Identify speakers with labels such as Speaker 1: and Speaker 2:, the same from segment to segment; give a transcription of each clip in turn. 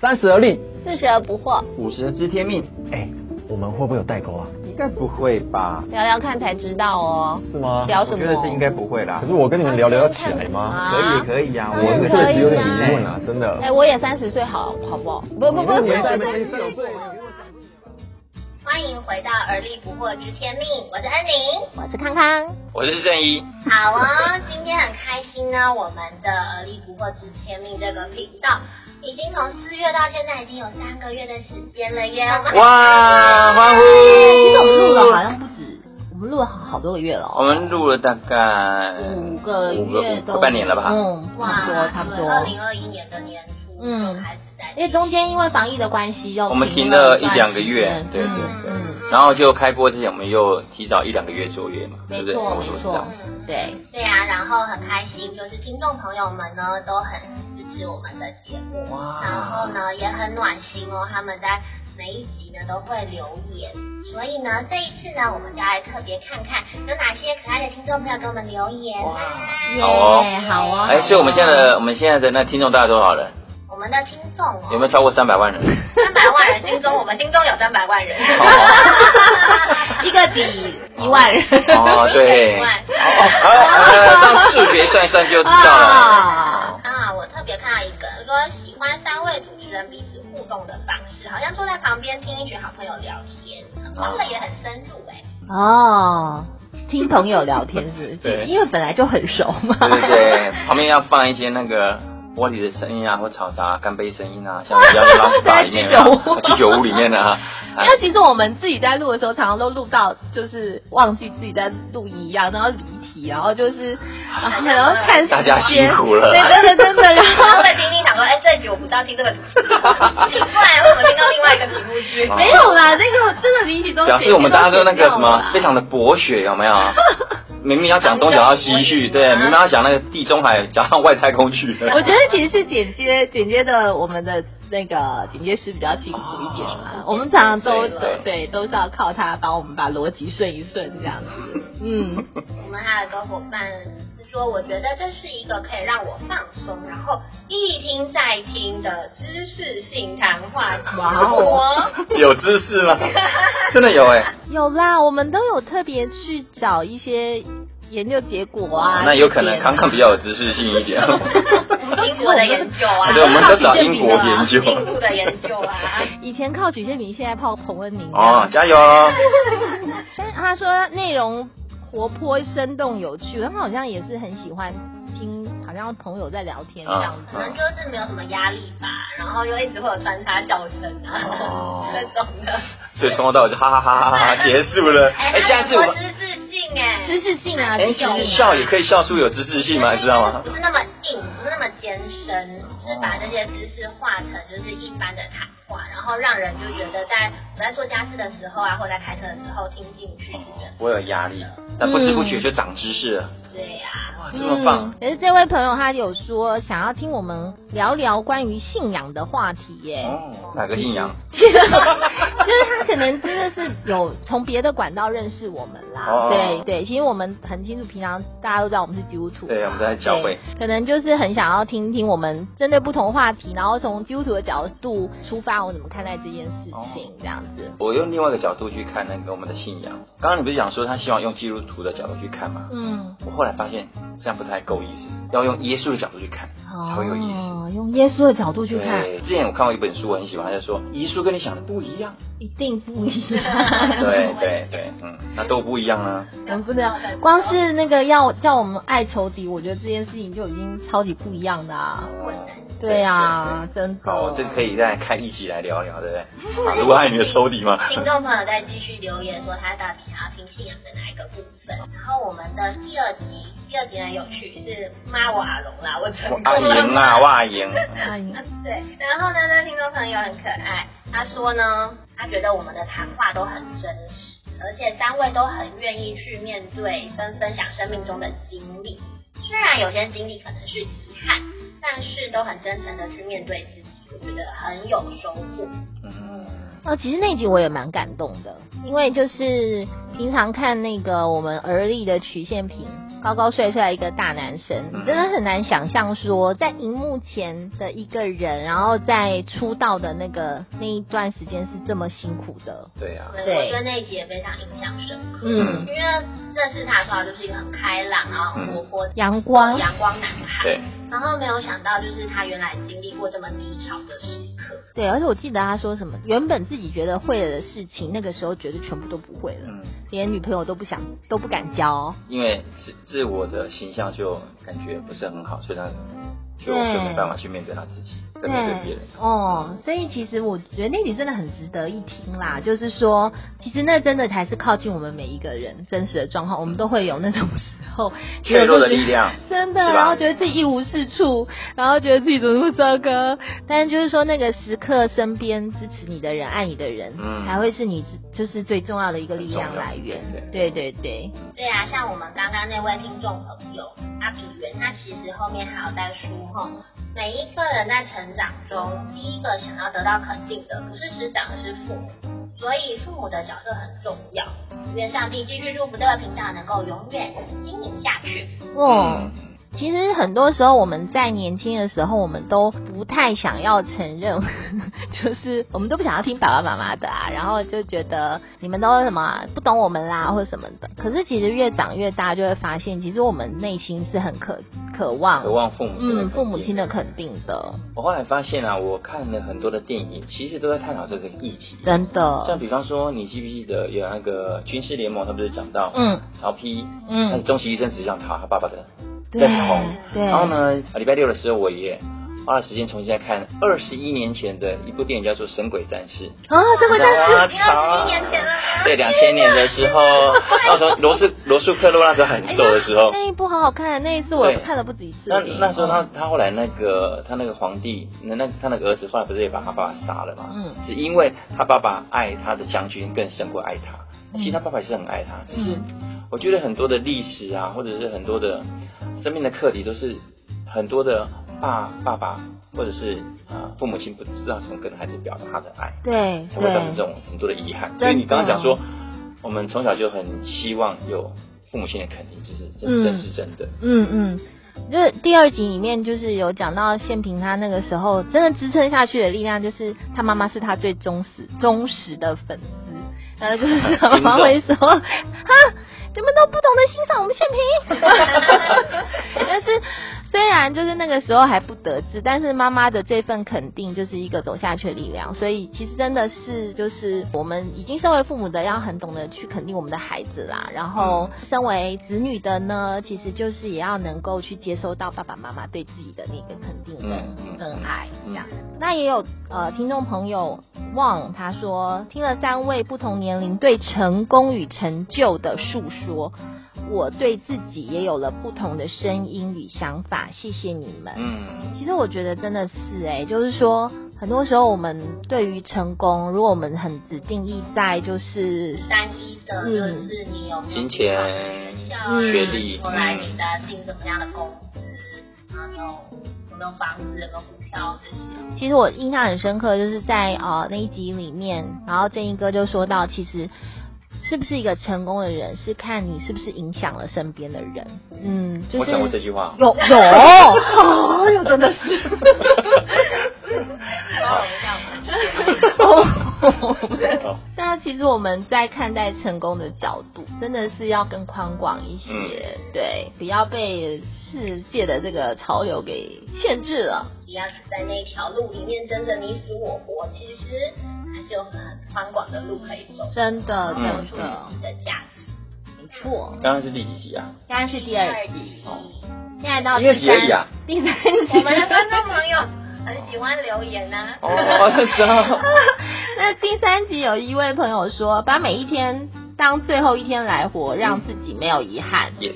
Speaker 1: 三十而立，
Speaker 2: 四十而不惑，
Speaker 3: 五十知天命，
Speaker 1: 哎，我们会不会有代沟啊？
Speaker 3: 应该不会吧？
Speaker 2: 聊聊看才知道哦。
Speaker 1: 是吗？
Speaker 2: 聊什
Speaker 3: 我
Speaker 2: 么？
Speaker 3: 觉得是应该不会啦
Speaker 1: 可。是我跟你们聊聊得起来吗？
Speaker 3: 可以可以啊，
Speaker 2: 当
Speaker 1: 我
Speaker 2: 然
Speaker 1: 是
Speaker 2: 哎可以
Speaker 1: 确实有点
Speaker 2: 啦
Speaker 1: 疑问啊，真的。
Speaker 2: 哎，我也三十岁，好好不好？不不不
Speaker 1: 你
Speaker 2: 是，
Speaker 1: 那个
Speaker 2: 不
Speaker 1: 没
Speaker 2: 是
Speaker 1: 事没事
Speaker 4: 欢迎回到而立不惑知天命，我是安宁。
Speaker 2: 我是康康。
Speaker 3: 我是正一，
Speaker 4: 好哦，今天很开心呢，我们的而立不惑知天命这个频道，已经从四月到现在已经有三个月的时间了耶。我们
Speaker 3: 哇，欢呼！
Speaker 2: 其实我们录了好像不止，我们录了好好多个月了哦。
Speaker 3: 我们录了大概
Speaker 2: 五个
Speaker 3: 五个
Speaker 2: 月
Speaker 3: 五
Speaker 2: 都
Speaker 3: 快半年了吧？
Speaker 2: 嗯，差
Speaker 4: 哇
Speaker 2: 不多，差不多。嗯
Speaker 4: 二零二一年的年初就开始在，
Speaker 2: 因为中间因为防疫的关系，又
Speaker 3: 我们停
Speaker 2: 了
Speaker 3: 了一两个月
Speaker 2: 段时间
Speaker 3: 对对
Speaker 4: 对
Speaker 2: 嗯嗯
Speaker 3: 然后就开播之前，我们又提早一两个月坐月嘛，对
Speaker 2: 没
Speaker 3: 不对？
Speaker 2: 错
Speaker 3: 差不多
Speaker 2: 没
Speaker 3: 是这
Speaker 2: 错
Speaker 3: 样。，
Speaker 2: 对，
Speaker 4: 对啊，然后很开心，就是听众朋友们呢都很支持我们的节目，
Speaker 3: 哇
Speaker 4: 然后呢也很暖心哦，他们在每一集呢都会留言，所以呢这一次呢我们就来特别看看有哪些可爱的听众朋友给我们留言哎
Speaker 3: 哇
Speaker 4: 啦。
Speaker 2: 耶，
Speaker 3: 好哦
Speaker 2: 好哦。
Speaker 3: 哎，所以我们现在
Speaker 2: 好哦
Speaker 3: 的我们现在的那听众大概多少人？
Speaker 4: 我们的听众哦，
Speaker 3: 有没有超过三百万 人？ 哦
Speaker 4: 三百万人心中，我们心中有三百万人。
Speaker 3: 好
Speaker 2: 一个底一万人。
Speaker 3: 哦，对，
Speaker 4: 一
Speaker 3: 哦
Speaker 4: 万
Speaker 3: 哦，呃，上数学算一算就知道了
Speaker 2: 啊。
Speaker 4: 啊，我特别看到一个说喜欢三位主持人彼此互动的方式，好像坐在旁边听一群好朋友聊天，聊的也很深入哎、
Speaker 2: 哦，听朋友聊天是不是，
Speaker 3: 对
Speaker 2: 因为本来就很熟嘛。
Speaker 3: 对对 对，旁边要放一些那个玻璃的声音啊，或吵杂干杯声音啊，像比较拉斯巴里面啊
Speaker 2: 在居酒屋，
Speaker 3: 居酒屋里面的啊。
Speaker 2: 因为其实我们自己在录的时候，常常都录到就是忘记自己在录一样，然后离题，然 后就是啊，然后看时间
Speaker 3: 大家辛苦了
Speaker 2: 对，真的真 的，然
Speaker 4: 然后
Speaker 2: 后
Speaker 4: 在听听想说，哎、这一 集我不知道听这个主题，不然为什么听到另外一个题目去？
Speaker 3: 啊
Speaker 2: 没有啦，那个真的离题都
Speaker 3: 表
Speaker 2: 解
Speaker 3: 示我们大家都那个什
Speaker 2: 都解掉了
Speaker 3: 么
Speaker 2: 啦
Speaker 3: 非常的博学，有没有？明明要讲东，讲到西去，对，明明要讲那个地中海，讲到外太空去。
Speaker 2: 我觉得其实是剪接剪接的，我们的那个剪接师比较辛苦一点啦。我们常常都
Speaker 3: 哦对
Speaker 2: 对都是要靠他帮我们把逻辑顺一顺这样子。嗯，
Speaker 4: 我们还有个伙伴是说，我觉得这是一个可以让我放松，然后一听再听的知识性谈话节目。
Speaker 2: 哇哦！
Speaker 3: 有知识吗？真的有哎、
Speaker 2: 有啦，我们都有特别去找一些研究结果啊。
Speaker 3: 哦那有可
Speaker 2: 这
Speaker 3: 能
Speaker 2: 些
Speaker 3: 康 康比较有知识性一点。
Speaker 4: 英国的研究啊，
Speaker 3: 对，我们都找英国研究。
Speaker 4: 印度的研究啊。
Speaker 2: 以前靠曲线明，现在靠彭文明啊。
Speaker 3: 哦，加油哦！
Speaker 2: 但是他说内容活泼、生动、有趣，他好像也是很喜欢听，好像朋友在聊天这样子。
Speaker 4: 可
Speaker 3: 啊
Speaker 4: 能就是没有什么压力吧，然后又一直会有穿插笑声啊、
Speaker 3: 哦
Speaker 4: 这种的。
Speaker 3: 所以从头到尾就哈哈哈哈哈哈结束了。哎，
Speaker 4: 他
Speaker 3: 下次
Speaker 4: 有
Speaker 3: 我
Speaker 4: 说
Speaker 3: 们
Speaker 4: 知识性哎，
Speaker 2: 知识性啊，
Speaker 3: 哎，
Speaker 2: 这
Speaker 3: 其
Speaker 2: 种
Speaker 3: 实笑也可以笑出有知识性嘛，你知道吗？
Speaker 4: 不是那么硬，不是那么艰深，就是把这些知识化成就是一般的谈话，然后让人就觉得在我在做家事的时候啊，或者在开车的时候听进去是觉得
Speaker 3: 我有压力，但不知不觉就长知识了。
Speaker 4: 对啊呀、
Speaker 3: 哇，
Speaker 2: 嗯
Speaker 3: 这么棒！
Speaker 2: 可是这位朋友他有说想要听我们聊聊关于信仰的话题耶，
Speaker 3: 哦，哪个信仰？
Speaker 2: 嗯 就是他可能真的是有从别的管道认识我们啦，
Speaker 3: 哦
Speaker 2: 对对，其实我们很清楚，平常大家都知道我们是基督徒嘛，
Speaker 3: 对我们都在教会
Speaker 2: 对，可能就是很想要听听我们针对不同话题，然后从基督徒的角度出发，我怎么看待这件事情这样子。
Speaker 3: 我用另外一个角度去看那个我们的信仰。刚刚你不是讲说他希望用基督徒的角度去看吗？
Speaker 2: 嗯，
Speaker 3: 我后来发现这样不太够意思，要用耶稣的角度去看才会有意思。
Speaker 2: 哦，用耶稣的角度去看，
Speaker 3: 对，之前我看过一本书，我很喜欢，他就说耶稣跟你想的不一样。
Speaker 2: 一定不一样。
Speaker 3: 对对对，嗯，那都不一样啊。
Speaker 2: 能不能光是那个要叫我们爱仇敌，我觉得这件事情就已经超级不一样的啊！对啊，真的。
Speaker 3: 好，这个可。以再开一集来聊一聊，对不对？ 啊如何爱你的仇敌嘛。
Speaker 4: 听众朋友再继续留言说他到底想要听信仰的哪一个部分。然后我们的第二集，第二集很有趣，是妈我阿龙啦，我成
Speaker 3: 我
Speaker 4: 功
Speaker 3: 阿
Speaker 4: 了
Speaker 3: 莹
Speaker 4: 吗
Speaker 3: 啊，哇 莹，
Speaker 2: 哎呀
Speaker 4: 对，然后呢，那听众朋友很可爱，他说呢，他觉得我们的谈话都很真实，而且三位都很愿意去面对跟分享生命中的经历，虽然有些经历可能是遗憾，但是都很真诚的去面对自己，我觉得很有收获。
Speaker 3: 嗯，
Speaker 2: 哦，其实那集我也蛮感动的，因为就是平常看那个我们而立的曲线屏，高高帅帅一个大男生，
Speaker 3: 嗯
Speaker 2: 你真的很难想象说，在荧幕前的一个人，然后在出道的那个那一段时间是这么辛苦的。
Speaker 3: 对啊呀、
Speaker 4: 对，
Speaker 2: 对
Speaker 4: 嗯我觉得那一集也非常印象深刻，
Speaker 2: 嗯
Speaker 4: 因为认识他的时候，他就是一个很开朗，然后很活泼、
Speaker 2: 嗯阳光
Speaker 4: 阳光男孩。
Speaker 3: 对，
Speaker 4: 然后没有想到，就是他原来经历过这么低潮的时刻。
Speaker 2: 对，而且我记得他说什么，原本自己觉得会了的事情，那个时候觉得全部都不会了，
Speaker 3: 嗯，
Speaker 2: 连女朋友都不想都不敢交。哦
Speaker 3: 因为自自我的形象就感觉不是很好，所以他就
Speaker 2: 对
Speaker 3: 就没办法去面对他自己，跟面对别人。
Speaker 2: 哦，所以其实我觉得那集真的很值得一听啦。就是说，其实那真的才是靠近我们每一个人真实的状况，我们都会有那种时候
Speaker 3: 脆弱的力量，
Speaker 2: 真的，
Speaker 3: 是吧
Speaker 2: 然后觉得自己一无是处，然后觉得自己怎么那么糟糕。但是就是说，那个时刻身边支持你的人、爱你的人，
Speaker 3: 嗯
Speaker 2: 才会是你就是最重要的一个力量
Speaker 3: 很重要
Speaker 2: 来源。
Speaker 3: 对
Speaker 2: 对对对，
Speaker 4: 对啊，像我们刚刚那位听众朋友阿比元，他其实后面还有在说吼，每一个人在成长中，第一个想要得到肯定的不是师长，而是父母，所以父母的角色很重要。愿上帝继续祝福这个频道能够永远经营下去。
Speaker 2: 哦。
Speaker 3: 嗯，
Speaker 2: 其实很多时候我们在年轻的时候，我们都不太想要承认， 就是我们都不想要听爸爸妈妈的啊，然后就觉得你们都什么不懂我们啦，或者什么的。可是其实越长越大，就会发现，其实我们内心是很渴渴望，
Speaker 3: 渴望父母亲的
Speaker 2: 嗯
Speaker 3: 肯定
Speaker 2: 父母亲的肯定的，
Speaker 3: 我后来发现啊，我看了很多的电影，其实都在探讨这个议题。
Speaker 2: 真
Speaker 3: 像
Speaker 2: 的，
Speaker 3: 比方说，你记不记得有那个军事联盟，他不是讲到，
Speaker 2: 嗯，
Speaker 3: 曹丕，
Speaker 2: 嗯
Speaker 3: 他是终其一生只想讨他爸爸的
Speaker 2: 对
Speaker 3: 认同。
Speaker 2: 对
Speaker 3: 然后呢，礼拜六的时候，我也花了时间重新再看二十一年前的一部电影，叫做《神鬼战士》。
Speaker 2: 啊，这回在
Speaker 3: 哇
Speaker 4: 你21年前了吗
Speaker 3: 对，两千年的时候，那时候罗素罗素克洛那时候很瘦的时候，
Speaker 2: 哎那一部好好看，那一次我
Speaker 3: 对
Speaker 2: 看了不止一次哦
Speaker 3: 那
Speaker 2: 而已。
Speaker 3: 那时候他他后来那个他那个皇帝，那那他那个儿子后来不是也把他爸爸杀了吗？
Speaker 2: 嗯，
Speaker 3: 是因为他爸爸爱他的将军更胜过爱他，其实他爸爸也是很爱他，只是
Speaker 2: 嗯
Speaker 3: 我觉得很多的历史啊，或者是很多的生命的课题，都是很多的爸爸爸或者是啊、呃父母亲不知道怎么跟孩子表达他的爱，
Speaker 2: 对
Speaker 3: 才会造成这
Speaker 2: 对
Speaker 3: 种很多的遗憾。
Speaker 2: 真的
Speaker 3: 所以你刚刚讲说，我们从小就很希望有父母亲的肯定，这是这是
Speaker 2: 嗯
Speaker 3: 这是真的。
Speaker 2: 嗯嗯，就是第二集里面就是有讲到宪平他那个时候真的支撑下去的力量，就是他妈妈是他最忠实忠实的粉丝，然后就是他妈妈会说哈，你们都不懂得欣赏我们宪平， 但是。虽然就是那个时候还不得志，但是妈妈的这份肯定就是一个走下去的力量，所以其实真的是就是我们已经身为父母的要很懂得去肯定我们的孩子啦，然
Speaker 3: 嗯
Speaker 2: 后身为子女的呢，其实就是也要能够去接收到爸爸妈妈对自己的那个肯定
Speaker 3: 嗯嗯
Speaker 2: 跟跟爱这样
Speaker 3: 嗯。
Speaker 2: 那也有呃听众朋友望他说听了三位不同年龄对成功与成就的述说，我对自己也有了不同的声音与想法，谢谢你们。
Speaker 3: 嗯。
Speaker 2: 其实我觉得真的是哎、就是说，很多时候我们对于成功，如果我们很只定义在就是
Speaker 4: 单一的就是你有
Speaker 3: 嗯
Speaker 4: 没有
Speaker 3: 金钱
Speaker 4: 学校啊
Speaker 2: 学
Speaker 3: 历
Speaker 4: 后来你的进什么样的公司，然后有没有房子，有没有股票这些。
Speaker 2: 其实我印象很深刻，就是在呃那一集里面，然后正一哥就说到，其实是不是一个成功的人，是看你是不是影响了身边的人。嗯，就
Speaker 3: 我
Speaker 2: 是
Speaker 3: 讲过这句话。
Speaker 2: 有有， 哦，哟，真的 是。
Speaker 4: 稍微让我们
Speaker 3: 哦
Speaker 2: 那其实我们在看待成功的角度，真的是要更宽广一些，对，不要被世界的这个潮流给限制了。
Speaker 4: 只要是在那条路里面争得你死我活，其实还是有很宽广的路可以走，
Speaker 2: 真的，
Speaker 3: 嗯
Speaker 2: 真
Speaker 4: 活出
Speaker 2: 的，
Speaker 4: 自己的价值。
Speaker 2: 没错。
Speaker 3: 刚刚是第几集啊？哦
Speaker 2: 刚刚是第二集，哦现在到
Speaker 3: 第二集而已
Speaker 2: 三
Speaker 3: 啊
Speaker 2: 第三集。
Speaker 4: 我们的观众朋友很喜欢留言啊呐、
Speaker 3: 哦，我知道。
Speaker 2: 那第三集有一位朋友说，把每一天当最后一天来活，让自己没有遗憾。
Speaker 3: Yes，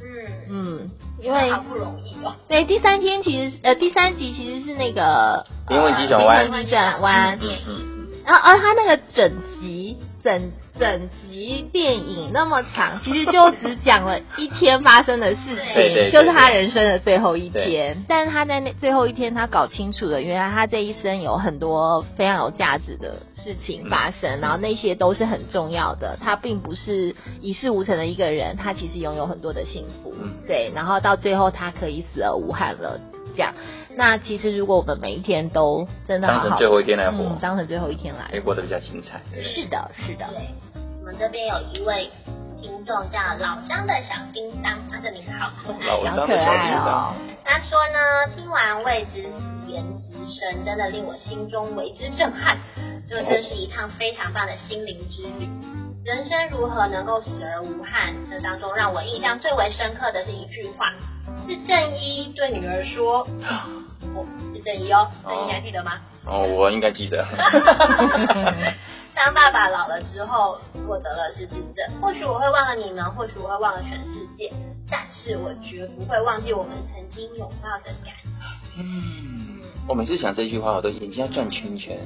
Speaker 4: 嗯，
Speaker 2: 嗯，因为
Speaker 4: 好不容易哦。
Speaker 2: 对第三天其实呃第三集其实是那个
Speaker 3: 灵魂急转
Speaker 2: 呃
Speaker 3: 弯
Speaker 2: 灵魂急转弯，
Speaker 3: 嗯嗯，
Speaker 2: 然后而他那个整集整整集电影那么长，其实就只讲了一天发生的事情，
Speaker 4: 对
Speaker 3: 对对
Speaker 2: 就是他人生的最后一天。但是他在那最后一天，他搞清楚了，原来他这一生有很多非常有价值的事情发
Speaker 3: 嗯
Speaker 2: 生，然后那些都是很重要的。他并不是一事无成的一个人，他其实拥有很多的幸福
Speaker 3: 嗯，
Speaker 2: 对。然后到最后，他可以死而无憾了，这样。那其实如果我们每一天都真的好好
Speaker 3: 当成最后一天来活
Speaker 2: 嗯，当成最后一天来
Speaker 3: 也过得比较精彩。
Speaker 2: 是的，是的，
Speaker 4: 对，我们这边有一位听众叫老张的小叮当，他的名字好可爱。
Speaker 3: 老
Speaker 2: 好
Speaker 3: 张
Speaker 2: 可
Speaker 3: 的小
Speaker 2: 爱
Speaker 3: 叮
Speaker 2: 哦
Speaker 3: 当，。
Speaker 4: 他说呢，听完未知子言之声，真的令我心中为之震撼。这真是一趟非常棒的心灵之旅。人生如何能够死而无憾？这当中让我印象最为深刻的是一句话，是正一对女儿说，哦、是正一哦，正一你还记得吗？
Speaker 3: 哦，我应该记 得。
Speaker 4: 当爸爸老了之后，获得了失智症，或许我会忘了你们，或许我会忘了全世界，但是我绝不会忘记我们曾经拥抱的感觉。
Speaker 3: 嗯，我每次想这句话，我都眼睛要转圈圈。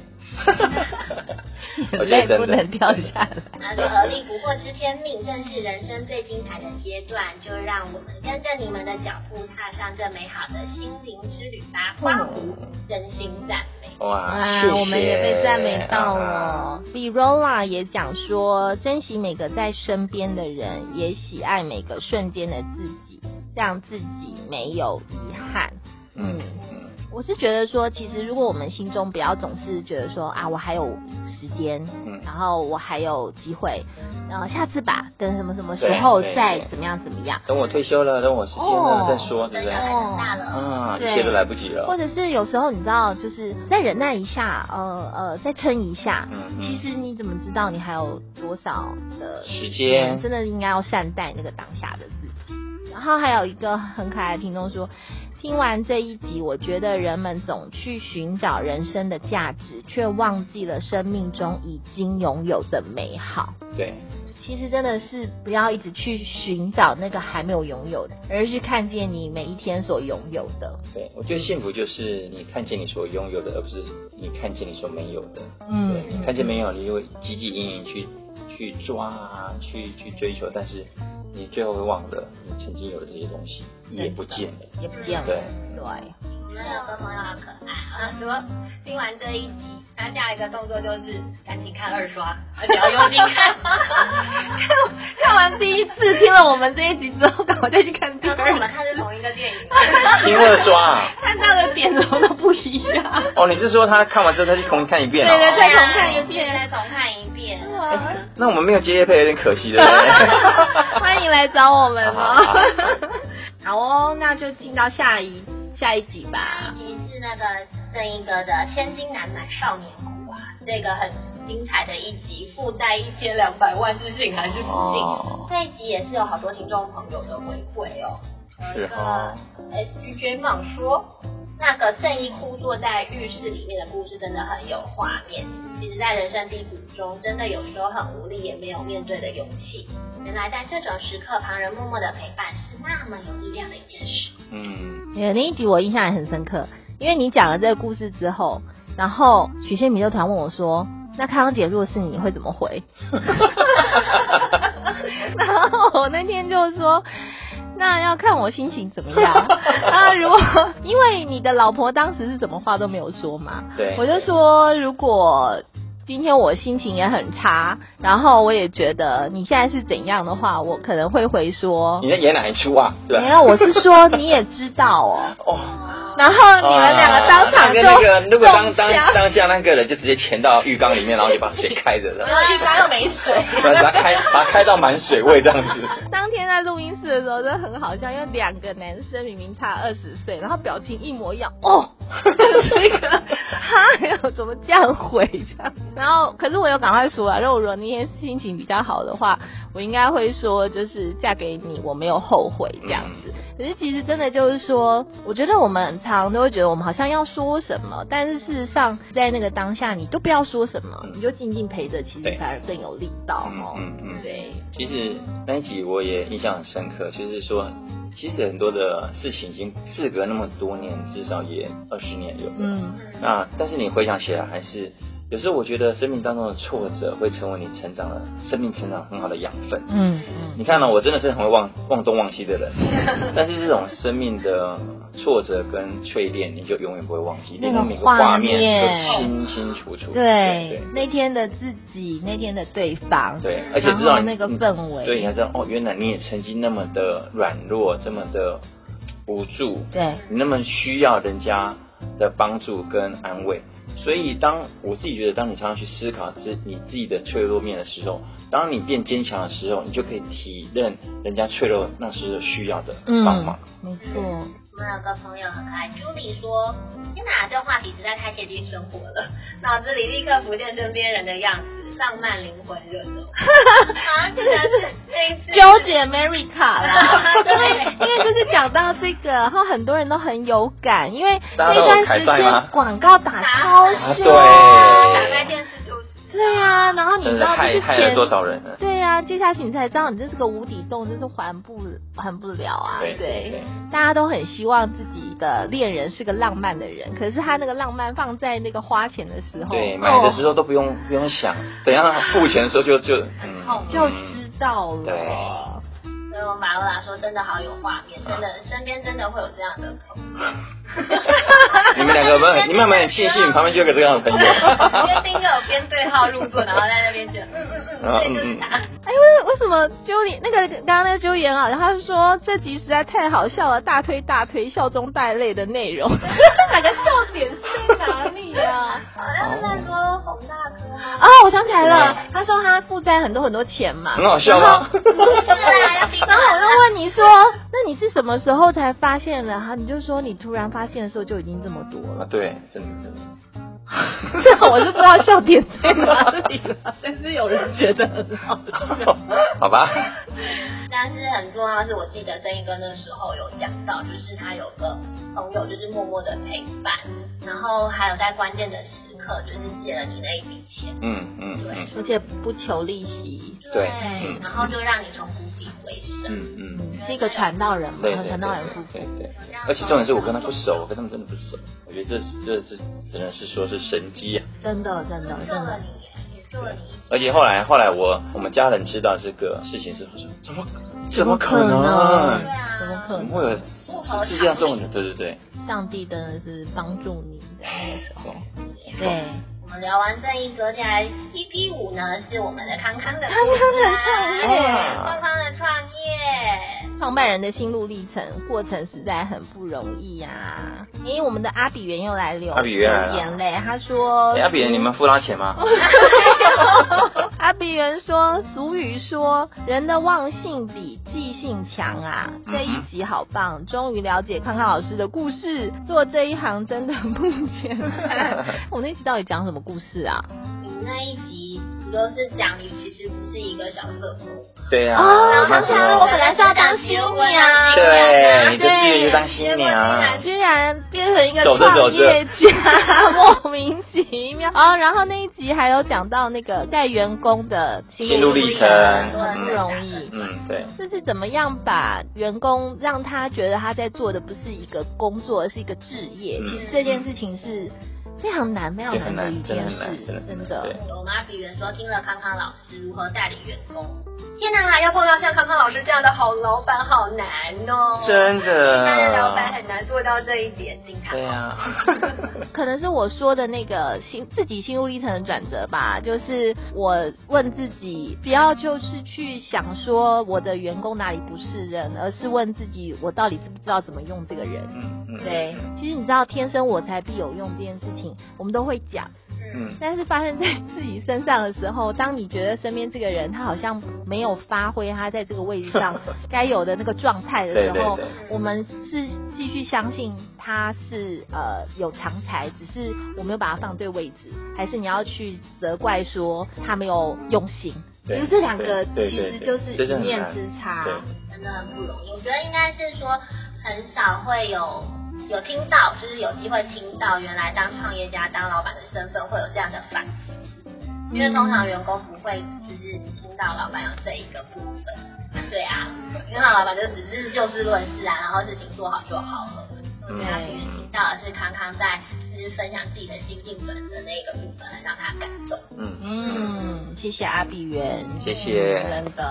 Speaker 3: 我觉得
Speaker 2: 眼 泪
Speaker 3: 真
Speaker 2: 不
Speaker 3: 的
Speaker 2: 能掉下来。
Speaker 4: 他说：“而立呃不惑知天命，正是人生最精彩的阶段，就让我们跟着你们的脚步，踏上这美好的心灵之旅吧！”花狐真心赞美。
Speaker 3: 哇，
Speaker 2: 啊，
Speaker 3: 谢谢。
Speaker 2: 我们也被赞美到哦
Speaker 3: 啊
Speaker 2: 了。Virola 也讲说，珍惜每个在身边的人，也喜爱每个瞬间的自己，让自己没有遗憾。
Speaker 3: 嗯
Speaker 2: 嗯
Speaker 3: 嗯，
Speaker 2: 我是觉得说，其实如果我们心中不要总是觉得说啊，我还有时间，
Speaker 3: 嗯
Speaker 2: 然后我还有机会，然后下次吧，等什么什么时候
Speaker 3: 对对
Speaker 2: 再
Speaker 3: 对
Speaker 2: 怎么样怎么样，
Speaker 3: 等我退休了，等我时间了
Speaker 2: 哦
Speaker 3: 再说，对
Speaker 4: 等
Speaker 3: 不对
Speaker 4: 小？孩长大了，哦
Speaker 3: 啊，一
Speaker 2: 对
Speaker 3: 切都来不及了
Speaker 2: 或。者是有时候你知道，就是再忍耐一下，呃呃，再撑一下。
Speaker 3: 嗯
Speaker 2: 其实你怎么知道你还有多少的
Speaker 3: 时间
Speaker 2: 真的应该要善待那个当下的自己。然后还有一个很可爱的听众说，听完这一集，我觉得人们总去寻找人生的价值，却忘记了生命中已经拥有的美好。
Speaker 3: 对，
Speaker 2: 其实真的是不要一直去寻找那个还没有拥有的，而是去看见你每一天所拥有的。
Speaker 3: 对，我觉得幸福就是你看见你所拥有的，而不是你看见你所没有的。
Speaker 2: 嗯
Speaker 3: 对，你嗯看见没有，你就会汲汲营营去去抓啊，去去追求，但是你最后会忘了你曾经有的这些东西也不见了。
Speaker 2: 也不见了。
Speaker 3: 对
Speaker 2: 对
Speaker 4: 我们有个朋友好可爱，啊他说听完这一集，他下一个动作就是赶紧看二刷，而且要用心看。
Speaker 2: 看完第一次，听了我们这一集之后，赶快再去看第
Speaker 4: 他说我
Speaker 2: 二
Speaker 4: 们
Speaker 2: 次，
Speaker 4: 看是同一个 电影。
Speaker 3: 听二刷啊，
Speaker 2: 看到的点怎么都不一样。
Speaker 3: 哦，你是说他看完之后他就重看一遍哦？
Speaker 2: 对对对
Speaker 4: 对啊
Speaker 2: 重看一遍
Speaker 4: 再重看一遍。
Speaker 3: 那我们没有接业配有点可惜 哦了。对不对
Speaker 2: 欢迎来找我们
Speaker 3: 好
Speaker 2: 哦
Speaker 3: 好好。
Speaker 2: 好哦，那就进到下一下一集吧。
Speaker 4: 其实是那个正一哥的《千金难买少年哭》啊，这个很精彩的一集，负债一千两百万是幸还是不幸？
Speaker 3: 哦
Speaker 4: 这一集也是有好多听众朋友的回馈哦。有一
Speaker 3: 是
Speaker 4: 个
Speaker 3: 哦
Speaker 2: 啊
Speaker 4: S G J 梦说，那个正一哭坐在浴室里面的故事真的很有画面。其实，在人生低谷中，真的有时候很无力，也没有面对的勇气。原来在这种时刻，旁人默默的陪伴是那么有力量的一件事。
Speaker 3: 嗯，
Speaker 2: 有那一集我印象也很深刻，因为你讲了这个故事之后，然后许仙米就突然问我说：“那康康姐，如果是你，你会怎么回？” 然后我那天就说。那要看我心情怎么样。那如果因为你的老婆当时是什么话都没有说嘛，
Speaker 3: 对
Speaker 2: 我就说如果今天我心情也很差，然后我也觉得你现在是怎样的话，我可能会回说
Speaker 3: 你，在演哪一出啊？对吧
Speaker 2: 没有，我是说你也知道哦，
Speaker 3: 哦。
Speaker 2: 然后你们两个当场就
Speaker 3: 跟啊那个，如果当
Speaker 2: 中
Speaker 3: 当
Speaker 2: 枪
Speaker 3: 当下那个人就直接潜到浴缸里面，然后就把水开着， 然
Speaker 2: 然
Speaker 3: 后
Speaker 4: 哎
Speaker 2: 后一缸又没水。
Speaker 3: 把它开把它开到满水位这样子。
Speaker 2: 当天在录音室的时候，真的很好笑，因为两个男生明明差二十岁，然后表情一模一样，哦， 就是一个哈，怎么这样回这样？然后，可是我有赶快说啊，如果我那天心情比较好的话，我应该会说，就是嫁给你，我没有后悔这样子。
Speaker 3: 嗯
Speaker 2: 可是其实真的就是说，我觉得我们很常都会觉得我们好像要说什么，但是事实上在那个当下，你都不要说什
Speaker 3: 嗯
Speaker 2: 么，你就静静陪着，其实
Speaker 3: 对
Speaker 2: 反而更有力道
Speaker 3: 嗯
Speaker 2: 哦。
Speaker 3: 嗯嗯。
Speaker 2: 对，
Speaker 3: 其实那一集我也印象很深刻，就是说，其实很多的事情已经事隔那么多年，至少也二十年有了。
Speaker 2: 嗯
Speaker 3: 那但是你回想起来，还是有时候我觉得生命当中的挫折会成为你成长的生命成长很好的养分。
Speaker 2: 嗯嗯
Speaker 3: 你看哦呢、我真的是很会忘忘东忘西的 人，但是这种生命的挫折跟淬炼，你就永远不会忘记，
Speaker 2: 那个
Speaker 3: 连每个
Speaker 2: 画
Speaker 3: 画面
Speaker 2: 面
Speaker 3: 都清清楚楚。
Speaker 2: 对
Speaker 3: 对，
Speaker 2: 那天的自己，那天的对方，
Speaker 3: 对，而且
Speaker 2: 然
Speaker 3: 知道
Speaker 2: 后
Speaker 3: 你
Speaker 2: 那个
Speaker 3: 嗯
Speaker 2: 氛围，
Speaker 3: 对，你还知道哦，原来你也曾经那么的软弱，这么的无助，
Speaker 2: 对
Speaker 3: 你那么需要人家的帮助跟安慰。所以，当我自己觉得，当你常常去思考是你自己的脆弱面的时候，当你变坚强的时候，你就可以体认人家脆弱那时需要的帮
Speaker 2: 嗯
Speaker 3: 忙。，
Speaker 2: 没错，
Speaker 4: 我们有个朋友很可爱，Julie 说：“天哪，这话题实在太贴近生活了，脑子里立刻浮现身边人的样子，浪漫灵魂热 流。”啊，这个是这一次
Speaker 2: 纠结 America 啦，
Speaker 4: 对
Speaker 2: 因为就是讲到这个，然后很多人都很有感，因为
Speaker 3: 大家都有
Speaker 2: 那段
Speaker 3: 凯
Speaker 2: 时
Speaker 3: 撒吗
Speaker 2: 间广告打超
Speaker 3: 啊
Speaker 2: 凶，
Speaker 4: 打开
Speaker 3: 对
Speaker 4: 电视就是
Speaker 2: 对啊，然后你
Speaker 3: 真
Speaker 2: 知
Speaker 3: 的
Speaker 2: 道就
Speaker 3: 害
Speaker 2: 是
Speaker 3: 害了
Speaker 2: 前
Speaker 3: 多少人呢？
Speaker 2: 对啊，接下去你才知道你这是个无底洞，就是还不还不了啊。
Speaker 3: 对对
Speaker 2: 大家都很希望自己的恋人是个浪漫的人，可是他那个浪漫放在那个花钱的时候，哦
Speaker 3: 对，买的时
Speaker 2: 候、
Speaker 3: 候都不用不用想，等一下付钱的时候就就嗯
Speaker 4: 痛
Speaker 2: 就知道了。
Speaker 3: 对
Speaker 4: 所以我们马欧拉说真的好有画面，真的身边真的会有这样的朋友。
Speaker 3: 你们两个有没有？你们有没有很庆幸旁边就有个这样的朋友？
Speaker 4: 因为盯着我边对号入座，然后在那边觉得嗯嗯嗯，对，就是他。
Speaker 2: 哎，为为什么 Julie 那个刚刚那个 Julie 很好笑，他是说这集实在太好笑了，大推大推，笑中带泪的内容， 哪个笑点是在哪里啊？
Speaker 4: 好像是在说洪大哥 啊吗？
Speaker 2: 哦，我想起来了，他说他负债很多很多钱嘛，
Speaker 3: 很好笑 吗？
Speaker 4: 是啊，要 盯着
Speaker 2: 然后我就问你说，那你是什么时候才发现的？哈，你就说你突然发现的时候就已经这么多
Speaker 3: 啊，
Speaker 2: 了。
Speaker 3: 对，真的真的。
Speaker 2: 这样我就不知道笑点在哪里 了，但是有人觉得很好笑。
Speaker 3: 好吧，
Speaker 4: 但是很重要的是，我记得正义哥那时候有讲到，就是他有个朋友就是默默的陪伴，然后还有在关键的时刻就是借了你那一笔钱，
Speaker 3: 嗯嗯嗯
Speaker 2: 而且不求利息，
Speaker 3: 对嗯
Speaker 4: 然后就让你从谷底回升。
Speaker 3: 嗯嗯，
Speaker 2: 是一个传道人嘛，
Speaker 3: 对对对
Speaker 2: 传道人夫妇
Speaker 3: 对。对对，嗯而且重点是我跟他不熟，我跟他们真的不熟，我觉得这是这这只能是说是神机啊。
Speaker 2: 真的真的真
Speaker 4: 救了
Speaker 2: 的，
Speaker 4: 你耶，也救了你。
Speaker 3: 而且后来后来我我们家人知道这个事情之后说，怎么怎么可
Speaker 2: 怎么可
Speaker 3: 能？
Speaker 4: 啊
Speaker 2: 能怎么
Speaker 3: 怎
Speaker 2: 可能
Speaker 3: 么？会有世界上这种人？对对对，
Speaker 2: 上帝真的是帮助你的那个时候，对，
Speaker 3: 对
Speaker 4: 我们聊完正义哥，接下来 EP 五呢是我们的康康 的啊
Speaker 2: 康康的创业
Speaker 4: 康康的创业。
Speaker 2: 创办人的心路历程过程实在很不容易啊！因为我们的阿比元又来留
Speaker 3: 阿比元来了
Speaker 2: 留言嘞，他说
Speaker 3: 哎，阿 比，你们付他钱
Speaker 2: 哦
Speaker 3: 吗？
Speaker 2: 阿比元说：“俗语说，人的忘性比记性强啊。”
Speaker 3: 嗯哼
Speaker 2: 这一集好棒，终于了解康康老师的故事。做这一行真的不简单。 我那集到底讲什么故事啊？
Speaker 4: 你那一集不就是讲你其实不是一个小色鬼？
Speaker 3: 对呀，
Speaker 2: 哦
Speaker 3: 我那时
Speaker 2: 想起来了
Speaker 3: 候
Speaker 2: 我本来是要当啊新娘
Speaker 3: 对，你的志愿就当新娘，
Speaker 2: 居然变成一个
Speaker 3: 走着走
Speaker 2: 创
Speaker 3: 着
Speaker 2: 业家，莫名其 妙啊、然后那一集还有讲到那个带员工的
Speaker 3: 心路历程
Speaker 2: 很不容易。
Speaker 3: 嗯，对。
Speaker 2: 就是怎么样把员工让他觉得他在做的不是一个工作，而是一个置业。
Speaker 3: 嗯
Speaker 2: 其实这件事情是非常难、非常
Speaker 3: 对很
Speaker 2: 的
Speaker 3: 难
Speaker 2: 一件事，
Speaker 3: 真的很难真的很难对
Speaker 4: 我们阿比员说，听了康康老师如何带领员工，天哪，要碰到像康康老师这样的好老板，好难哦。
Speaker 3: 真的
Speaker 4: 一般的老板很难做到这一点，经 常。
Speaker 3: 对啊呀、
Speaker 2: 可能是我说的那个心自己心路历程的转折吧，就是我问自己，不要就是去想说我的员工哪里不是人，而是问自己我到底知不知道怎么用这个人。
Speaker 3: 嗯嗯，
Speaker 2: 对，其实你知道“天生我材必有用”这件事情，我们都会讲，
Speaker 3: 嗯，
Speaker 2: 但是发生在自己身上的时候，当你觉得身边这个人他好像没有发挥他在这个位置 上该有的那个状态的时
Speaker 3: 对
Speaker 2: 候，
Speaker 3: 对对，
Speaker 2: 我们是继续相信他是呃有长才，只是我没有把他放对位置，还是你要去责怪说他没有用心？其
Speaker 3: 对
Speaker 2: 实这两个
Speaker 3: 对
Speaker 2: 其
Speaker 3: 对
Speaker 2: 实
Speaker 3: 对
Speaker 2: 就是
Speaker 3: 这是
Speaker 2: 一
Speaker 3: 很
Speaker 2: 念
Speaker 3: 难
Speaker 2: 之差。
Speaker 3: 对
Speaker 4: 真的很不容易。我觉得应该是说，很少会有有听到，就是有机会听到，原来当创业家、当老板的身份会有这样的反思，因为通常员工不会就是听到老板有这一个部分。对啊，因为老板就只是就事论事啊，然后事情做好就好了。我觉得他平时听到的是康康在自是分享自己的心境本的那个部分，很让他感动。
Speaker 3: 嗯，
Speaker 2: 嗯，谢谢阿碧源，
Speaker 3: 谢谢
Speaker 2: 嗯真的，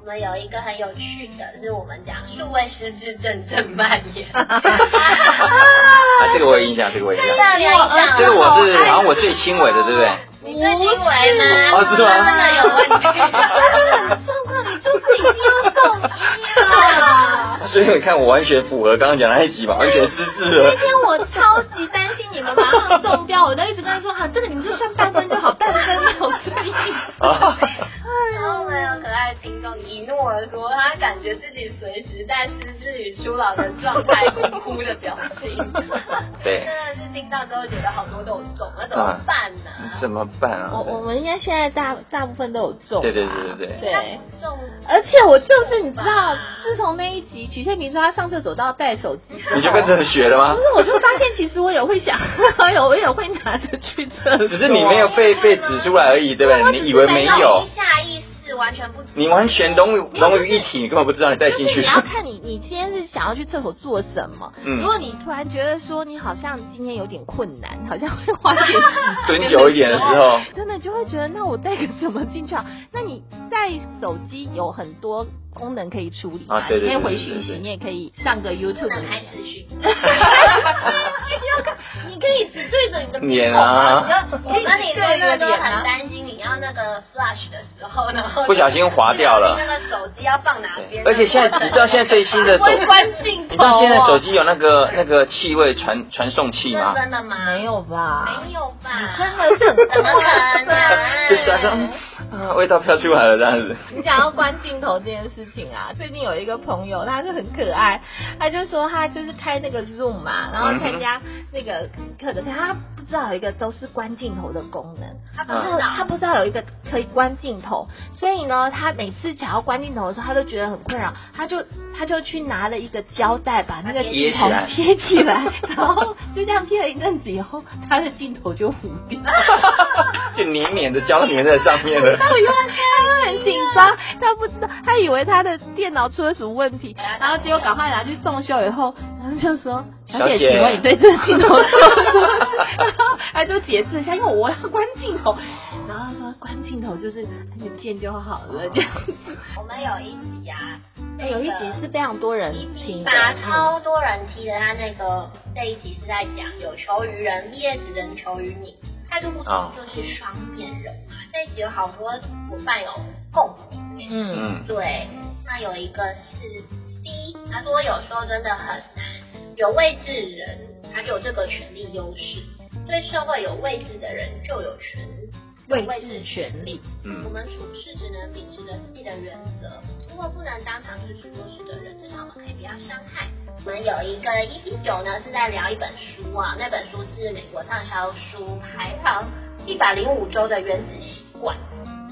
Speaker 4: 我们有一个很有趣的，是我们讲数位失智症症蔓延。对
Speaker 3: 啊，这个我有印象，这个我有印象，
Speaker 4: 啊，你有印象
Speaker 3: 这个我是好像我最轻微的，对不对？
Speaker 4: 你最轻微吗？
Speaker 3: 哦是吗
Speaker 4: 真的有 问题。
Speaker 2: 状况你肚子已经要动
Speaker 4: 啊
Speaker 3: 所以你看，我完全符合刚刚讲的那一集嘛，完全失智了
Speaker 2: 那。天 我超级担心你们马上中标，我都一直跟他说，好、啊这个你们就算半分就好，半分没有对应。
Speaker 3: 啊，
Speaker 4: 然后我们有可爱的听众一怒而说，他感觉自己随时在失智与初老的状态，哭哭的表情。
Speaker 3: 对
Speaker 4: 真的是听到之后觉得好多都有中，那怎么办呢、
Speaker 3: 怎么办啊？
Speaker 2: 我我们应该现在大大部分都有中吧，啊
Speaker 3: 对对对对对
Speaker 2: 对。
Speaker 4: 中
Speaker 2: 而且我就是你知道，自从那一集曲线评说他上厕所都要带手机，
Speaker 3: 你就跟着学了吗
Speaker 2: 不？是，我就发现其实我也会想， 有我也会拿着去厕所，
Speaker 3: 只是你没有被被指出来而已，对不对？你以为没有？
Speaker 4: 下意识完全不知道。
Speaker 3: 你完全融入融为一体，你根本不知道你带进
Speaker 2: 就是
Speaker 3: 去
Speaker 2: 你。要看你，你今天是想要去厕所做什么？
Speaker 3: 嗯
Speaker 2: 如果你突然觉得说你好像今天有点困难，好像会花点时间
Speaker 3: 蹲久一点的时候，
Speaker 2: 真的就会觉得，那我带个什么进去啊？那你带手机有很多功能可以处理
Speaker 3: 啊对对
Speaker 2: 你可以
Speaker 3: 对
Speaker 2: 回
Speaker 3: 对
Speaker 2: 讯
Speaker 3: 对
Speaker 2: 息，
Speaker 3: 对
Speaker 2: 你也可以上个 YouTube，
Speaker 4: 不能开
Speaker 2: 你
Speaker 4: 始寻。
Speaker 2: 要看，你可以只对着你的
Speaker 3: 脸啊，
Speaker 4: 我跟你说，那时候很
Speaker 2: 啊。
Speaker 4: 担心你要那个 flash 的时候，然后
Speaker 3: 不小心划掉了
Speaker 4: 那个手机要放哪边？
Speaker 3: 而且现在，你知道现在最新的手，
Speaker 2: 会
Speaker 3: 你
Speaker 2: 关镜头、
Speaker 3: 知
Speaker 2: 哦。
Speaker 3: 道现在手机有那个 那个气味传传送器
Speaker 4: 这
Speaker 3: 吗？啊
Speaker 4: 真的吗？
Speaker 2: 没，有吧？
Speaker 4: 没有吧？
Speaker 2: 真的是很
Speaker 4: 怎么可能？
Speaker 3: 就是啊，说啊，味道飘出来了这样 子。
Speaker 2: 你讲到关镜头这件事情啊，最近有一个朋友，他就很可爱，他就说他就是开那个 Zoom 嘛，然后参加那个课的，可他不知道有一个都是关镜头的功能，
Speaker 4: 他不
Speaker 2: 然
Speaker 4: 知
Speaker 2: 后
Speaker 4: 道，
Speaker 2: 他不知道有一个可以关镜头，所以呢，他每次想要关镜头的时候，他都觉得很困扰，他就他就去拿了一个胶带把那个
Speaker 4: 贴
Speaker 2: 镜
Speaker 3: 起
Speaker 2: 头
Speaker 3: 来
Speaker 2: 贴起来， 然后就这样贴了一阵子以后，他的镜头就糊掉。
Speaker 3: 就黏黏的胶黏在上面了。
Speaker 2: 到以后他很紧张，他不知道，他以为他的电脑出了什么问题，然后结果赶快拿去送修以后，然后就说：“小
Speaker 3: 小
Speaker 2: 姐，
Speaker 3: 姐
Speaker 2: 请问你对这个镜头做了什么事？”然后他就解释一下，因为我要关镜头，然后他说关镜头就是按键就好了，这样 子。
Speaker 4: 我们有一集啊，那
Speaker 2: 哎
Speaker 4: 个
Speaker 2: 有一集是非常多人听的，
Speaker 4: 把超多人踢的，他那个这一集是在讲有求于人，你也只能求于你。他就不
Speaker 3: 啊
Speaker 4: 就是双面人嘛，这一集有好多伙伴有共鸣耶。
Speaker 2: 嗯
Speaker 3: 嗯，
Speaker 4: 对，那有一个是 C，他说有时候真的很难，有位置人他就有这个权利优势，对社会有位置的人就有权
Speaker 2: 位置权利，
Speaker 4: 我
Speaker 3: 嗯，
Speaker 4: 们处事只能秉持着自己的原则，如果不能当场制止做事的人，至少我们可以不要伤害。我们有一个一比九呢，是在聊一本书啊，那本书是美国畅销书排行一百零五周的《原子习惯》。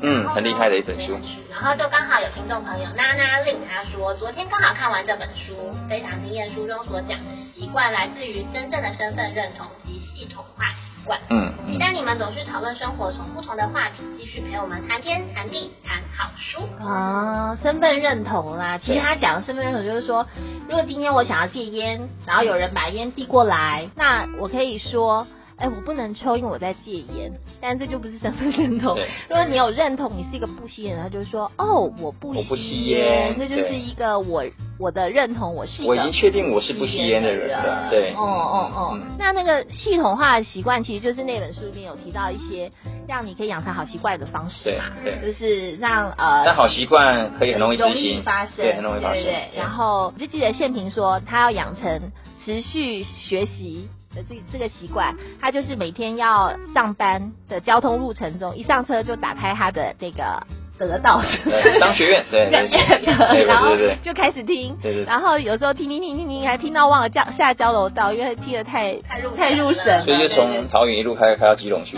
Speaker 3: 嗯，很厉害的一本书。
Speaker 4: 然后就刚好有听众朋友娜娜令他说，昨天刚好看完这本书，非常惊艳书中所讲的习惯来自于真正的身份认同及系统化习惯。
Speaker 3: 嗯
Speaker 4: 期
Speaker 3: 嗯，
Speaker 4: 待你们总是讨论生活，从不同的话题继续陪我们谈天谈地谈好书。
Speaker 2: 啊，身份认同啦。其实他讲的身份认同就是说，如果今天我想要戒烟，然后有人把烟递过来，那我可以说。哎，我不能抽，因为我在戒烟。但这就不是身份认同
Speaker 3: 对。
Speaker 2: 如果你有认同，你是一个不吸烟的人，他就说哦，我不
Speaker 3: 我不
Speaker 2: 吸
Speaker 3: 吸
Speaker 2: 烟
Speaker 3: 烟，
Speaker 2: 这就是
Speaker 3: 对
Speaker 2: 一个我我的认同，我是一个
Speaker 3: 我已经确定我是不吸烟的人了。对，
Speaker 2: 哦哦哦
Speaker 3: 嗯，
Speaker 2: 那那个系统化的习惯，其实就是那本书里面有提到一些让你可以养成好习惯的方式
Speaker 3: 对
Speaker 2: 嘛，
Speaker 3: 对。
Speaker 2: 就是让呃
Speaker 3: 但好习惯可以很容易执行，
Speaker 2: 发生，
Speaker 3: 对，很容易发生。
Speaker 2: 对对对然后我就记得宪平说，他要养成持续学习。的这这个习惯，他就是每天要上班的交通路程中，一上车就打开他的那个得到
Speaker 3: 对 商学院，对对对对对
Speaker 2: 然后
Speaker 3: 对对
Speaker 2: 就开始听，
Speaker 3: 对对对。
Speaker 2: 然后有时候听听听听听，还听到忘了叫下交流道，因为听得太
Speaker 4: 太入
Speaker 2: 太入神了，
Speaker 3: 所以就从桃园一路开开到基隆去，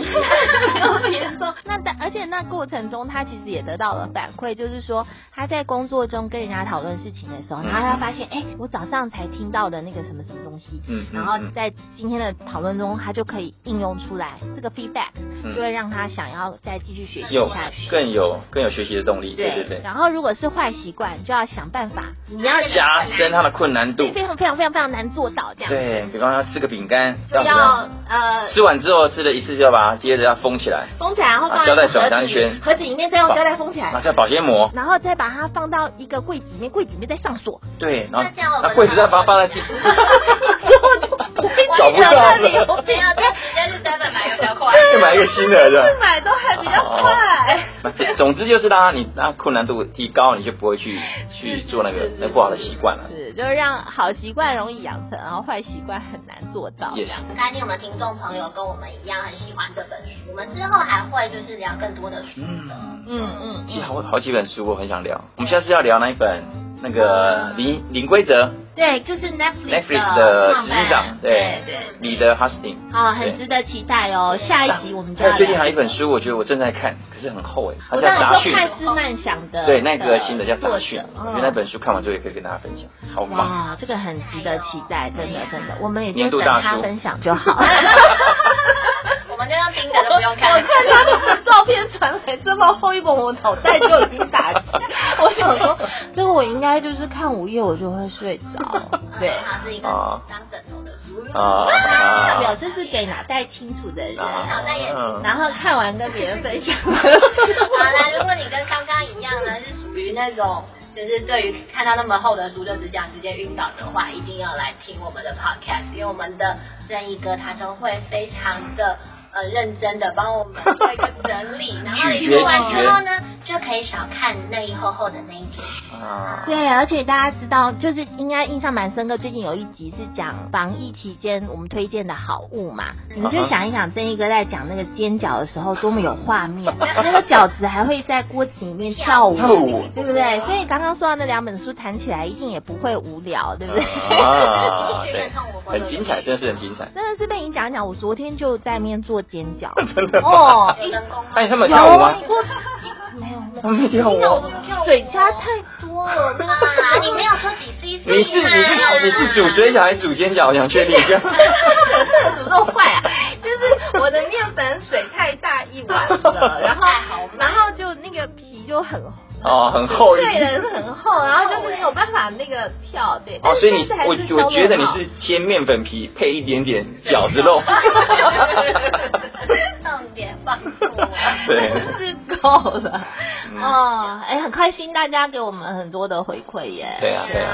Speaker 2: 那但而且那过程中，他其实也得到了反馈，就是说他在工作中跟人家讨论事情的时候，
Speaker 3: 嗯
Speaker 2: 然后他发现，哎、我早上才听到的那个什么什么东西，
Speaker 3: 嗯，
Speaker 2: 然后在今天的讨论中，他就可以应用出来这个 feedback，就
Speaker 3: 嗯
Speaker 2: 会让他想要再继续学习
Speaker 3: 有
Speaker 2: 下去。
Speaker 3: 更有更有学习的动力，对对对，
Speaker 2: 然后如果是坏习惯，就要想办法，你要
Speaker 3: 加深他的困难度
Speaker 2: 对，非常非常非常非常难做到这样。
Speaker 3: 对比方说吃个饼干，
Speaker 2: 就
Speaker 3: 这样子
Speaker 2: 要
Speaker 3: 让
Speaker 2: 呃
Speaker 3: 吃完之后吃了一次就要把它接着要封起来，
Speaker 2: 封起来，然后放
Speaker 3: 胶带
Speaker 2: 在
Speaker 3: 转
Speaker 2: 盒
Speaker 3: 三
Speaker 2: 子里
Speaker 3: 圈，
Speaker 2: 盒子里面再用胶带封起
Speaker 3: 那
Speaker 2: 来，
Speaker 3: 叫保鲜膜，
Speaker 2: 然后再把它放到一个柜子里面，柜子里面再上 锁，
Speaker 3: 对，然后
Speaker 4: 那这样我们
Speaker 3: 那柜子再把它放在地，
Speaker 2: 之后就不会
Speaker 3: 找不到
Speaker 2: 特别有
Speaker 3: 了，
Speaker 4: 没
Speaker 2: 病
Speaker 4: 有， 这时间哎是真的买的比 较快。
Speaker 3: 再买一个新的，是吧
Speaker 2: 啊
Speaker 3: 哦
Speaker 2: 去买都还比较 快。
Speaker 3: 那这总之就是让你让困难度提高，你就不会去去做那个那不好的习惯了。
Speaker 2: 是，就是让好习惯容易养成，然后坏习惯很难做到。
Speaker 3: 也是，
Speaker 4: 看定我们听众朋友跟我们一样很喜欢这本书，我们之后还会就是聊更多的书的。
Speaker 3: 嗯，
Speaker 2: 嗯嗯
Speaker 3: 其实
Speaker 2: 嗯，
Speaker 3: 好好几本书我很想聊，我们下次要聊那一本那个零零规则
Speaker 2: 对，就是 Netflix 的
Speaker 3: Netflix 的
Speaker 2: 创
Speaker 3: 执
Speaker 2: 办
Speaker 3: 行长，
Speaker 2: 对对。
Speaker 3: 彼得哈斯汀。
Speaker 2: 啊、
Speaker 3: 对
Speaker 2: 很值得期待哦！下一集我们就
Speaker 3: 还有
Speaker 2: 要
Speaker 3: 最近还
Speaker 2: 聊。
Speaker 3: 有一本书，我觉得我正在看，可是很厚哎，它
Speaker 2: 我
Speaker 3: 叫
Speaker 2: 知道
Speaker 3: 杂
Speaker 2: 你
Speaker 3: 讯
Speaker 2: 说。泰斯曼想的，
Speaker 3: 对，那个新的叫
Speaker 2: 作
Speaker 3: 杂
Speaker 2: 者
Speaker 3: 讯，
Speaker 2: 嗯
Speaker 3: 我觉得那本书看完之后也可以跟大家分享，超棒。
Speaker 2: 哇，这个很值得期待，真的真的，我们也
Speaker 3: 年
Speaker 2: 就
Speaker 3: 度
Speaker 2: 等
Speaker 3: 大
Speaker 2: 他
Speaker 3: 叔
Speaker 2: 分享就好。
Speaker 4: 我们就用听的都不用看。
Speaker 2: 我看他的照片传来这么厚一本，我脑袋就已经打结。我想说，这个我应该就是看午夜我就会睡着。 对，
Speaker 4: 它是一个
Speaker 3: 哦
Speaker 4: 当枕头的书。
Speaker 3: 啊
Speaker 2: 代表
Speaker 3: 啊！
Speaker 2: 这是给脑袋清楚的人，
Speaker 4: 脑袋也
Speaker 3: 嗯
Speaker 2: 然后看完跟别人 分享。
Speaker 4: 好啦，如果你跟刚刚一样呢，是属于那种就是对于看到那么厚的书就只想直接晕倒的话，一定要来听我们的 podcast，因为我们的正义哥他都会非常的。呃，认真的帮我们做一个整理，然后你
Speaker 3: 咀嚼
Speaker 4: 听完
Speaker 3: 咀嚼
Speaker 4: 之后呢，就可以少看那一厚厚的那一点。
Speaker 3: 啊
Speaker 2: 对，而且大家知道，就是应该印象蛮深刻。最近有一集是讲防疫期间我们推荐的好物嘛，你
Speaker 3: 嗯
Speaker 2: 们就想一想，正义哥在讲那个煎饺的时候多么有画面，那个饺子还会在锅子里面跳舞，
Speaker 3: 跳舞
Speaker 2: 对不对？所以刚刚说到那两本书谈起来，一定也不会无聊，对不对？
Speaker 3: 啊，对，很精彩，真的是很精彩。
Speaker 2: 真的是被你讲一讲，我昨天就在面做煎 饺，真的哦，
Speaker 4: 有人工吗？
Speaker 3: 那你他们
Speaker 2: 有
Speaker 3: 有跳舞吗
Speaker 2: 啊，你？给我没有没有，
Speaker 3: 他们没跳舞
Speaker 2: 我
Speaker 3: 啊。
Speaker 2: 嘴加太多了， 那个
Speaker 4: 啊，你没有说几 cc
Speaker 3: 你是你
Speaker 4: 吗
Speaker 3: 是你是主水饺还是主煎饺？我想确定一下。
Speaker 2: 这有什么那么坏啊？就是我的面粉水太大一碗了，然后然后就那个皮就很
Speaker 3: 哦，很厚一
Speaker 2: 对
Speaker 3: 点。
Speaker 2: 的很厚，然后就是没有办法那个跳对。
Speaker 3: 哦，所以你
Speaker 2: 但是还是
Speaker 3: 我我觉得你
Speaker 2: 稍微
Speaker 3: 是煎面粉皮配一点点饺子 肉。
Speaker 4: 重点放过我。
Speaker 3: 对，
Speaker 2: 是够了
Speaker 3: 嗯
Speaker 2: 哦，哎，很开心大家给我们很多的回馈耶。
Speaker 3: 对啊对啊。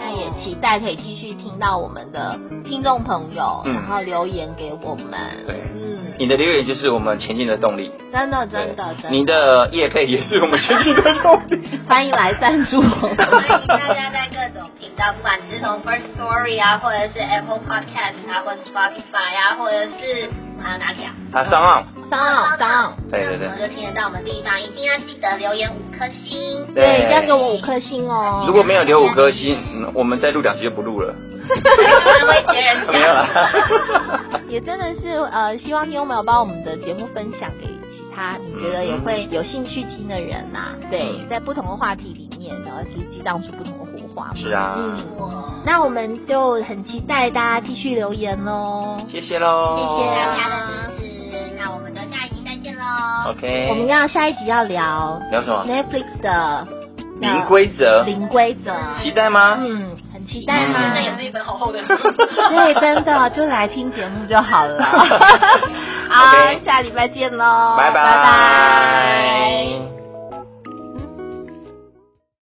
Speaker 2: 那也期待可以继续听到我们的听众朋友，
Speaker 3: 嗯
Speaker 2: 然后留言给我们。
Speaker 3: 对
Speaker 2: 嗯，
Speaker 3: 你的留言就是我们前进的动力。
Speaker 2: 真的真
Speaker 3: 对
Speaker 2: 的真的。
Speaker 3: 你的业配也是我们前进的动 力。
Speaker 2: 欢迎来赞助 我们。
Speaker 4: 欢迎大家在各种频道，不管你是从 First Story 啊，或者是 Apple Podcast 啊，或者 Spotify 啊，或者是还有哪里啊？
Speaker 3: 啊，上岸。
Speaker 2: 张昂张昂，
Speaker 3: 对对
Speaker 4: 那我们就
Speaker 3: 对。
Speaker 4: 听得到我们地方，一定要记得留言五颗星。
Speaker 2: 对，要给我五颗星哦。
Speaker 3: 如果没有留五颗星，嗯我们再录两集就不录了。
Speaker 4: 威胁人 家
Speaker 3: 没 有啦。
Speaker 2: 也真的是呃，希望听众朋友把我们的节目分享给其他你觉得也会有兴趣听的人呐、对，
Speaker 3: 嗯
Speaker 2: 在不同的话题里面，然后去激荡出不同的火花。
Speaker 3: 是啊，
Speaker 2: 嗯，那我们就很期待大家继续留言哦喽。
Speaker 3: 谢谢喽。
Speaker 2: 谢谢
Speaker 4: 大家的支持，那我们就下一集再见喽。
Speaker 3: OK。
Speaker 2: 我们要下一集要聊
Speaker 3: 聊什么？
Speaker 2: Netflix 的
Speaker 3: 零规则。
Speaker 2: 零规则，
Speaker 3: 期待嗯吗？
Speaker 2: 嗯，很期待吗？
Speaker 4: 哎那也是一本好厚的书。
Speaker 2: 对，真的就来听节目就好 了。好
Speaker 3: OK
Speaker 2: 下礼拜见喽，
Speaker 3: 拜
Speaker 2: 拜拜。
Speaker 3: 拜